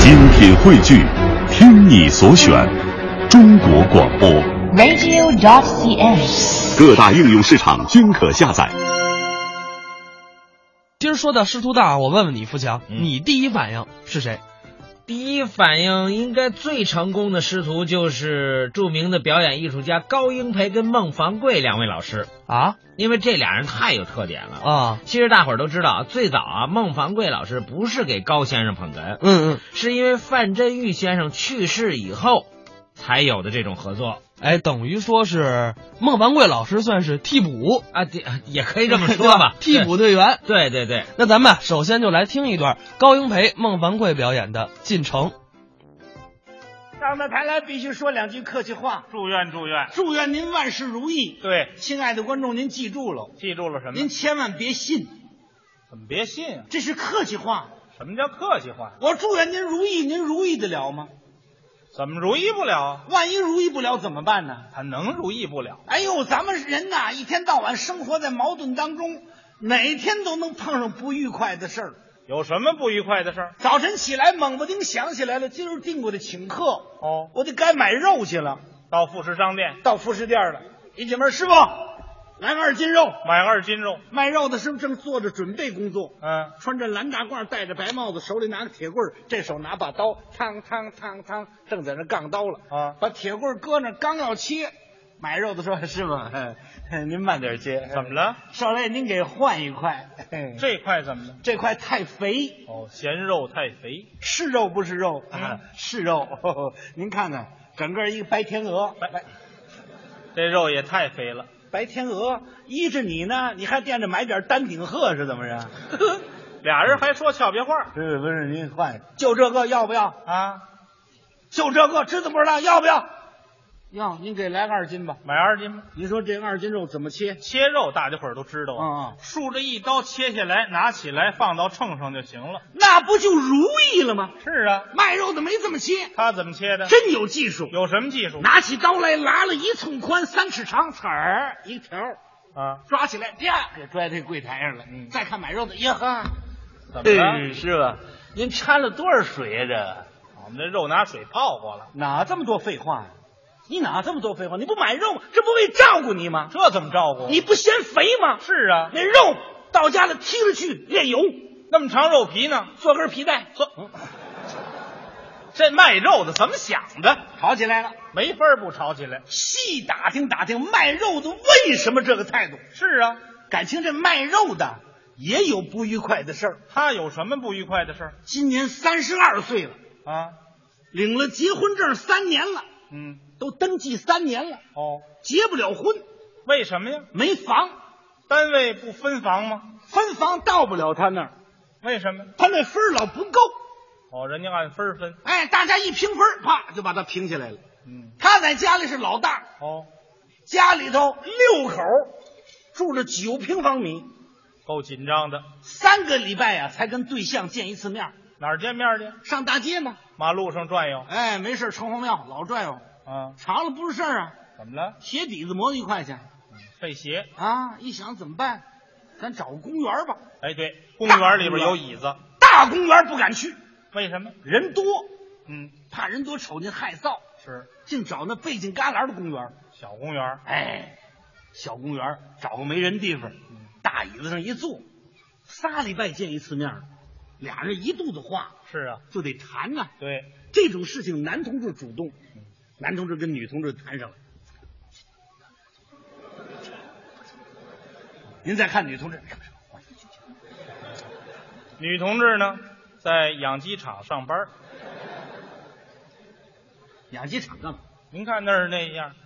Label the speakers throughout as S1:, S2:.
S1: 精品汇聚，听你所选，中国广播。
S2: radio.cn。
S1: 各大应用市场均可下载。
S3: 今儿说到师徒大，我问问你，富强，
S4: 嗯
S3: 你第一反应是谁？
S4: 第一反应应该最成功的师徒就是著名的表演艺术家高英培跟孟凡贵两位老师，
S3: 啊
S4: 因为这俩人太有特点了。
S3: 啊，
S4: 其实大伙儿都知道，最早啊，孟凡贵老师不是给高先生捧哏，
S3: 嗯嗯，
S4: 是因为范振钰先生去世以后才有的这种合作
S3: 哎，等于说是孟凡贵老师算是替补，
S4: 啊，这也可以这么
S3: 对
S4: 说吧，
S3: 替补队员。
S4: 对。对对对，
S3: 那咱们首先就来听一段高英培、孟凡贵表演的《进城》。
S5: 上了台来必须说两句客气话。
S6: 祝愿祝愿。
S5: 祝愿您万事如意。
S6: 对，
S5: 亲爱的观众，您记住了，
S6: 记住了什么？
S5: 您千万别信，
S6: 怎么别信啊？
S5: 这是客气话。
S6: 什么叫客气话？
S5: 我祝愿您如意，您如意得了吗？
S6: 怎么如意不了啊？
S5: 万一如意不了怎么办呢？
S6: 他能如意不了？
S5: 哎呦，咱们人呐，一天到晚生活在矛盾当中，哪天都能碰上不愉快的事儿。
S6: 有什么不愉快的事儿？
S5: 早晨起来猛不丁想起来了，今儿定我得请客，
S6: 哦，
S5: 我得该买肉去了。
S6: 到副食商店
S5: 到副食店了，一进门，师傅，来二斤肉。
S6: 买二斤肉。
S5: 卖肉的师傅正做着准备工作，
S6: 嗯，
S5: 穿着蓝大褂，戴着白帽子，手里拿个铁棍儿，这手拿把刀，嘡嘡嘡嘡，正在那杠刀了
S6: 啊
S5: 把铁棍儿搁那儿，刚要切，买肉的说：“ 师傅，嘿嘿您慢点切，
S6: 怎么了？
S5: 少爷，您给换一块，嘿
S6: 这块怎么了？
S5: 这块太肥，
S6: 哦，嫌肉太肥。
S5: 是肉不是肉？啊
S6: 嗯
S5: 是肉 呵呵您看看，整个一个白天鹅，
S6: 白
S5: 白
S6: 这肉也太肥了。
S5: 白天鹅，依着你呢，你还惦着买点丹顶鹤是怎么 着？
S6: 俩人还说俏皮话
S5: 不是不是，您换，就这个要不要？
S6: 啊？
S5: 就这个，知道不知道？要不要？要，您给来个二斤吧。
S6: 买二斤吧。
S5: 您说这个二斤肉怎么切？
S6: 切肉大家伙儿都知道啊
S5: 嗯嗯
S6: 竖着一刀切下来，拿起来放到秤上就行了。
S5: 那不就如意了吗？
S6: 是啊，
S5: 卖肉的没这么切，
S6: 他怎么切的？
S5: 真有技术。
S6: 有什么技术
S5: 拿起刀来，拉了一寸宽，三尺长，刺儿一条，
S6: 啊？
S5: 抓起来，啪，给拽这柜台上了。再看买肉的，耶呵，
S6: 怎么了？
S5: 哎师傅，您掺了多少水呀、这
S6: 我们这肉拿水泡过了，
S5: 哪这么多废话呀、你哪这么多废话？你不买肉吗？这不为照顾你吗？
S6: 这怎么照顾？
S5: 你不嫌肥吗？
S6: 是啊，
S5: 那肉到家了，踢了去炼油，
S6: 那么长肉皮呢？
S5: 做根皮带，
S6: 这这卖肉的怎么想的？
S5: 炒起来了。
S6: 没法不吵起来。
S5: 细打听打听卖肉的为什么这个态度，
S6: 是啊，
S5: 感情这卖肉的也有不愉快的事儿。
S6: 他有什么不愉快的事儿
S5: 今年三十二岁了，
S6: 啊？
S5: 领了结婚证三年了，
S6: 嗯，
S5: 都登记三年了，
S6: 哦，
S5: 结不了婚，
S6: 为什么呀？
S5: 没房，
S6: 单位不分房吗？
S5: 分房到不了他那儿，
S6: 为什么？
S5: 他那分儿老不够。
S6: 哦，人家按分儿分。
S5: 哎，大家一评分儿，啪就把他评起来了。
S6: 嗯，
S5: 他在家里是老大，
S6: 哦，
S5: 家里头六口儿住着九平方米，
S6: 够紧张的。
S5: 三个礼拜呀、才跟对象见一次面儿，
S6: 哪儿见面去？
S5: 上大街嘛。
S6: 马路上转悠
S5: 哎，没事儿城隍庙老转悠，
S6: 啊？
S5: 长了不是事儿啊，
S6: 怎么了？
S5: 鞋底子磨一块去
S6: 费鞋？
S5: 啊！一想怎么办，咱找个公园儿吧。
S6: 哎，对，公园里边有椅子，
S5: 大公园儿不敢去，
S6: 为什么？
S5: 人多，
S6: 嗯，
S5: 怕人多瞅见害臊，
S6: 是
S5: 净找那背景旮旯的公园儿。
S6: 小公园。
S5: 哎，小公园儿找个没人地方，大椅子上一坐，仨礼拜见一次面儿，俩人一肚子话
S6: 是啊，
S5: 就得谈呐、
S6: 对，
S5: 这种事情男同志主动，男同志跟女同志谈上了。您再看女同志，
S6: 女同志呢，在养鸡场上班儿。
S5: 养鸡场干嘛？
S6: 您看那儿那样，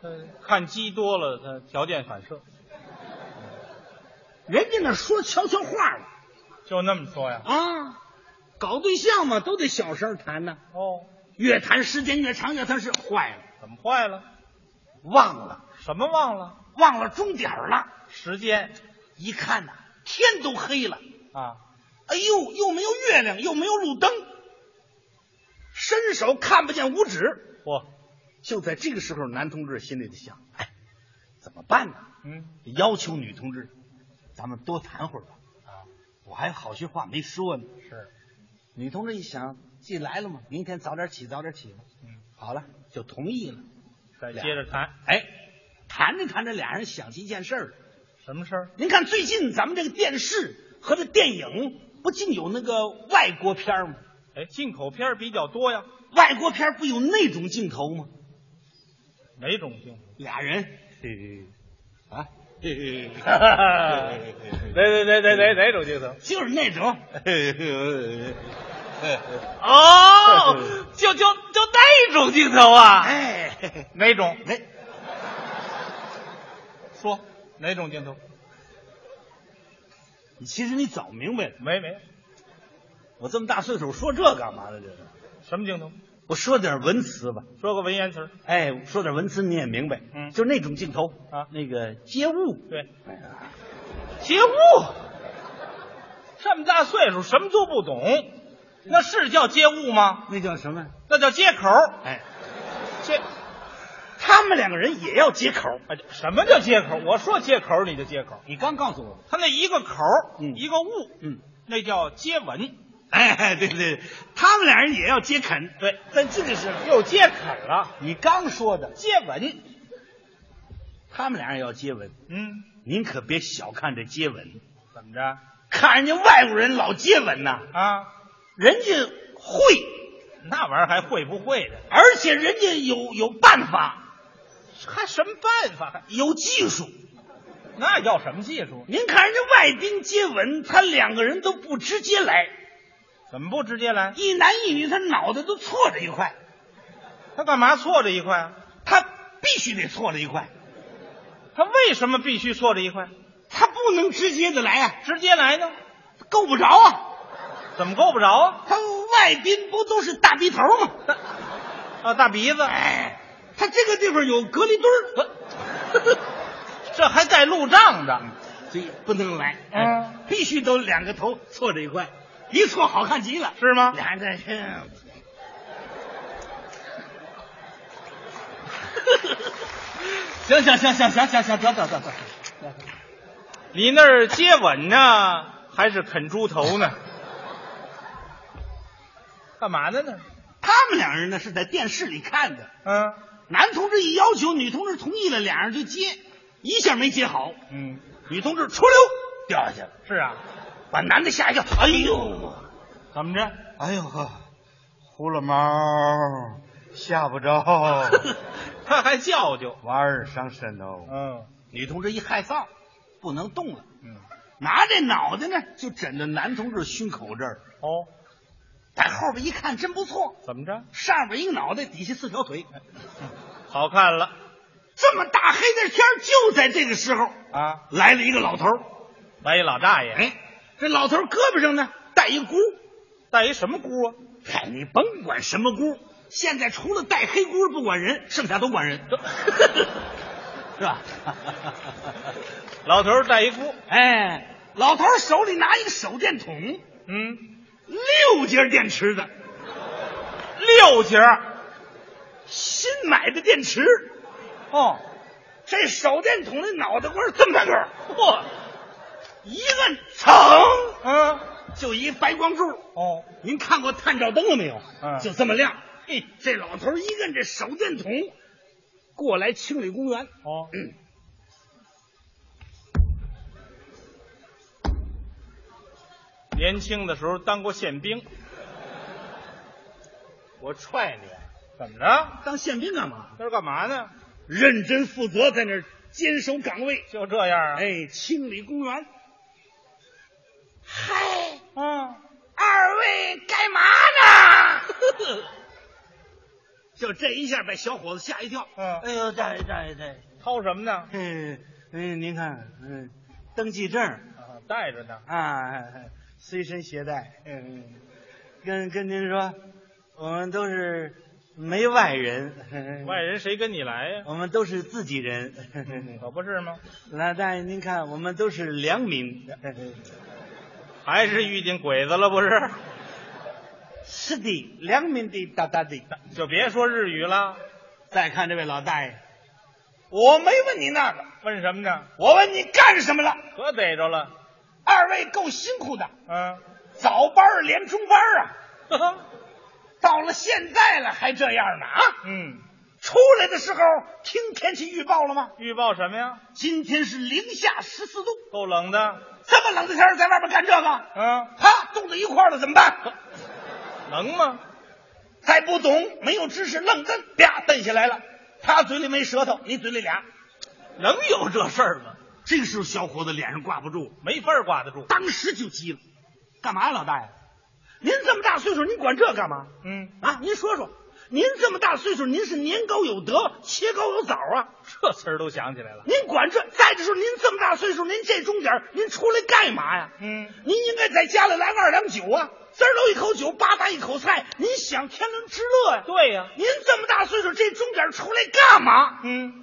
S6: 呃，看鸡多了，它条件反射，
S5: 人家那说悄悄话了
S6: 就那么说呀。
S5: 啊，搞对象嘛都得小声谈呢、
S6: 哦，
S5: 越谈时间越长，越谈是坏了，
S6: 怎么坏了？
S5: 忘了
S6: 什么忘了？
S5: 忘了终点儿了。
S6: 时间
S5: 一看呐、天都黑了，
S6: 啊，
S5: 哎呦，又没有月亮，又没有路灯，伸手看不见五指。
S6: 我，
S5: 就在这个时候，男同志心里就想：哎，怎么办呢？
S6: 嗯，
S5: 要求女同志，咱们多谈会儿吧。啊，我还有好些话没说呢。
S6: 是
S5: 女同志一想，既来了嘛，明天早点起，早点起吧。好了，就同意了。
S6: 再接着谈
S5: 哎，谈着谈着，俩人想起一件事儿来。
S6: 什么事儿？
S5: 您看最近咱们这个电视和这电影，不尽有那个外国片儿吗？
S6: 哎，进口片儿比较多呀，
S5: 外国片儿不有那种镜头吗？
S6: 哪种进口？
S5: 俩人，啊，
S6: 哪哪哪哪哪种镜头？
S5: 就是那种。
S4: 哦，就就就那种镜头啊！
S5: 哎，嘿嘿
S6: 哪种？
S5: 那
S6: 说哪种镜头？
S5: 你其实你早明白了，
S6: 没没，
S5: 我这么大岁数说这干嘛呢？这是，
S6: 什么镜头？
S5: 我说点文词吧。
S6: 说个文言词儿
S5: 哎，说点文词你也明白，
S6: 嗯
S5: 就那种镜头
S6: 啊
S5: 那个接物，
S6: 对，
S5: 接物，
S6: 这么大岁数什么都不懂，那是叫接物吗？
S5: 那叫什么？
S6: 那叫接口儿。
S5: 哎，
S6: 接
S5: 他们两个人也要接口。
S6: 啊，什么叫接口儿？我说接口儿你就接口儿，
S5: 你刚告诉我，
S6: 他那一个口儿
S5: 嗯
S6: 一个物，
S5: 嗯，
S6: 那叫接吻。
S5: 哎，对对，他们俩人也要接啃。
S6: 对，但这个是又接啃了，
S5: 你刚说的，
S6: 接吻。
S5: 他们俩人要接吻，
S6: 嗯，
S5: 您可别小看这接吻，
S6: 怎么着
S5: 看人家外国人老接吻呐、
S6: 啊？
S5: 人家会，
S6: 那玩意儿还会不会的？
S5: 而且人家有有办法，
S6: 还什么办法？
S5: 有技术。
S6: 那要什么技术？
S5: 您看人家外宾接吻，他两个人都不直接来，
S6: 怎么不直接来？
S5: 一男一女，他脑袋都错着一块，
S6: 他干嘛错这一块啊？
S5: 他必须得错着一块，
S6: 他为什么必须错这一块？
S5: 他不能直接的来啊，
S6: 直接来呢？
S5: 够不着啊。
S6: 怎么够不着啊？
S5: 他外宾不都是大鼻头吗？
S6: 啊，大鼻子，
S5: 哎，他这个地方有隔离墩儿，
S6: 呃 这还带路障的。
S5: 所以嗯不能来，哎
S6: 嗯，
S5: 必须都两个头错着一块，一错好看极了，嗯
S6: 是吗
S5: 俩人在，
S4: 行行行行行行行，得得得得，
S6: 你那儿接吻呢，还是啃猪头呢？干嘛呢呢？
S5: 他们两人呢是在电视里看的，
S6: 嗯
S5: 男同志一要求，女同志同意了，俩人就接，一下没接好，
S6: 嗯，
S5: 女同志出溜掉下去了，
S6: 是啊，
S5: 把男的吓一跳，哎呦，
S6: 怎么着？
S2: 哎呦呵，胡了毛，吓不着，
S6: 他还叫究。
S2: 娃儿伤身哦。
S6: 嗯
S5: 女同志一害臊，不能动了，
S6: 嗯，
S5: 拿这脑袋呢就枕着男同志胸口这儿，
S6: 哦，
S5: 在后边一看真不错，
S6: 怎么着？
S5: 上边一个脑袋，底下四条腿，
S6: 好看了
S5: 这么大黑的天儿，就在这个时候
S6: 啊！
S5: 来了一个老头儿，
S6: 来一老大爷，
S5: 哎，这老头儿胳膊上呢带一箍，
S6: 带一什么箍啊？
S5: 嗨，你甭管什么箍，现在除了带黑箍不管人，剩下都管人，是吧？
S6: 老头儿带一箍。
S5: 哎，老头儿手里拿一个手电筒，
S6: 嗯，
S5: 六节电池的，
S6: 六节儿
S5: 新买的电池。
S6: 哦，
S5: 这手电筒的脑袋瓜儿这么大个儿，嚯！一摁，噌，
S6: 嗯，
S5: 就一白光柱。
S6: 哦，
S5: 您看过探照灯了没有？
S6: 嗯
S5: 就这么亮。嘿，这老头儿一摁这手电筒，过来清理公园。
S6: 哦， 年轻的时候当过宪兵，我踹你，怎么着？
S5: 当宪兵干嘛？
S6: 那是干嘛呢？
S5: 认真负责，在那儿坚守岗位。
S6: 就这样啊？
S5: 哎，清理公园。嗨，
S6: 嗯，
S5: 二位干嘛呢？ 就这一下把小伙子吓一跳。
S6: 嗯
S5: 哎呦，大爷大爷大爷！
S6: 掏什么呢？
S5: 嗯嗯，您看，嗯，登记证。
S6: 啊，带着呢。
S2: 啊，随身携带。嗯，跟跟您说，我们都是没外人，
S6: 外人谁跟你来呀、嗯
S2: 我们都是自己人。
S6: 可不是吗？
S2: 老大爷，您看，我们都是良民。
S6: 还是遇见鬼子了不是？
S2: 是的，良民的大大的。
S6: 就别说日语了，
S2: 再看这位老大爷，
S5: 我没问你那个，
S6: 问什么呢？
S5: 我问你干什么了？
S6: 可逮着了。
S5: 二位够辛苦的，
S6: 嗯，
S5: 早班儿连中班儿啊，到了现在了还这样呢啊！
S6: 嗯，
S5: 出来的时候听天气预报了吗？
S6: 预报什么呀？
S5: 今天是零下十四度，
S6: 够冷的。
S5: 这么冷的天儿在外边干这个，
S6: 嗯，
S5: 哈，冻在一块儿了怎么办？
S6: 能吗？
S5: 再不懂，没有知识，愣蹬，啪蹬下来了。他嘴里没舌头，你嘴里俩。
S6: 能有这事儿吗？
S5: 这个时候，小伙子脸上挂不住，
S6: 没法挂得住。
S5: 当时就急了：“干嘛呀，老大爷？您这么大岁数，您管这干嘛
S6: 嗯，
S5: 啊？您说说，您这么大岁数，您是年高有德，切糕有枣啊！
S6: 这词儿都想起来了。
S5: 您管这？再者说，您这么大岁数，您这钟点儿，您出来干嘛呀？
S6: 嗯，
S5: 您应该在家里来二两酒啊，滋儿喽一口酒，吧嗒一口菜，您享天伦之乐呀、
S6: 对呀、
S5: 您这么大岁数，这钟点儿出来干嘛？
S6: 嗯，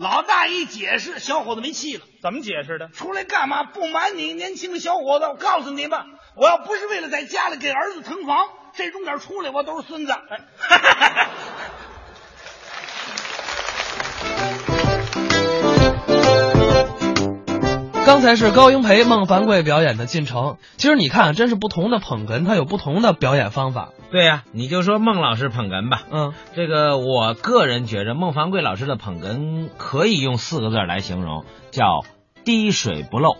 S5: 老大一解释，小伙子没气了。
S6: 怎么解释的？
S5: 出来干嘛？不瞒你，年轻的小伙子，我告诉你吧，我要不是为了在家里给儿子腾房，这钟点出来我都是孙子。 哎
S3: 刚才是高英培、孟凡贵表演的《进城》，其实你看，真是不同的捧哏，他有不同的表演方法。
S4: 对呀、你就说孟老师捧哏吧。
S3: 嗯，
S4: 这个我个人觉着孟凡贵老师的捧哏可以用四个字儿来形容，叫滴水不漏。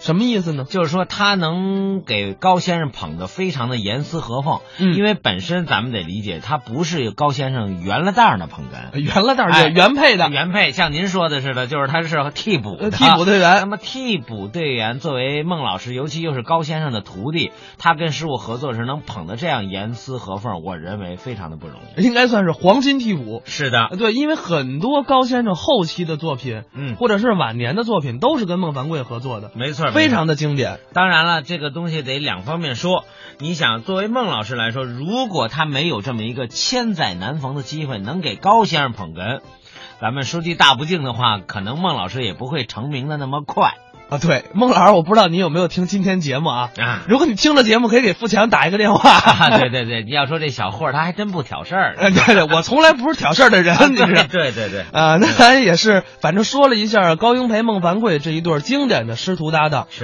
S3: 什么意思呢？
S4: 就是说他能给高先生捧得非常的严丝合缝，
S3: 嗯
S4: 因为本身咱们得理解，他不是高先生原了当的捧哏，
S3: 原了道
S4: 哎
S3: 儿，原配的，
S4: 原配像您说的似的，就是他是替补的
S3: 呃替补队员
S4: 那么替补队员作为孟老师，尤其又是高先生的徒弟，他跟师傅合作时能捧得这样严丝合缝，我认为非常的不容易。
S3: 应该算是黄金替补。
S4: 是的，
S3: 呃对，因为很多高先生后期的作品，
S4: 嗯
S3: 或者是晚年的作品，都是跟孟凡贵合作的，
S4: 没错，
S3: 非常的
S4: 的。
S3: 经典。
S4: 当然了，这个东西得两方面说。你想，作为孟老师来说，如果他没有这么一个千载难逢的机会，能给高先生捧哏，咱们说句大不敬的话，可能孟老师也不会成名的那么快
S3: 啊，对，孟老师，我不知道你有没有听今天节目啊？
S4: 啊。
S3: 如果你听了节目，可以给付强打一个电话。
S4: 啊，对对对，你要说这小霍儿他还真不挑事儿呢
S3: 呃，对对，我从来不是挑事儿的人，你知道。
S4: 对对对，
S3: 啊，那咱也是，反正说了一下高英培、孟凡贵这一对儿经典的师徒搭档，
S4: 是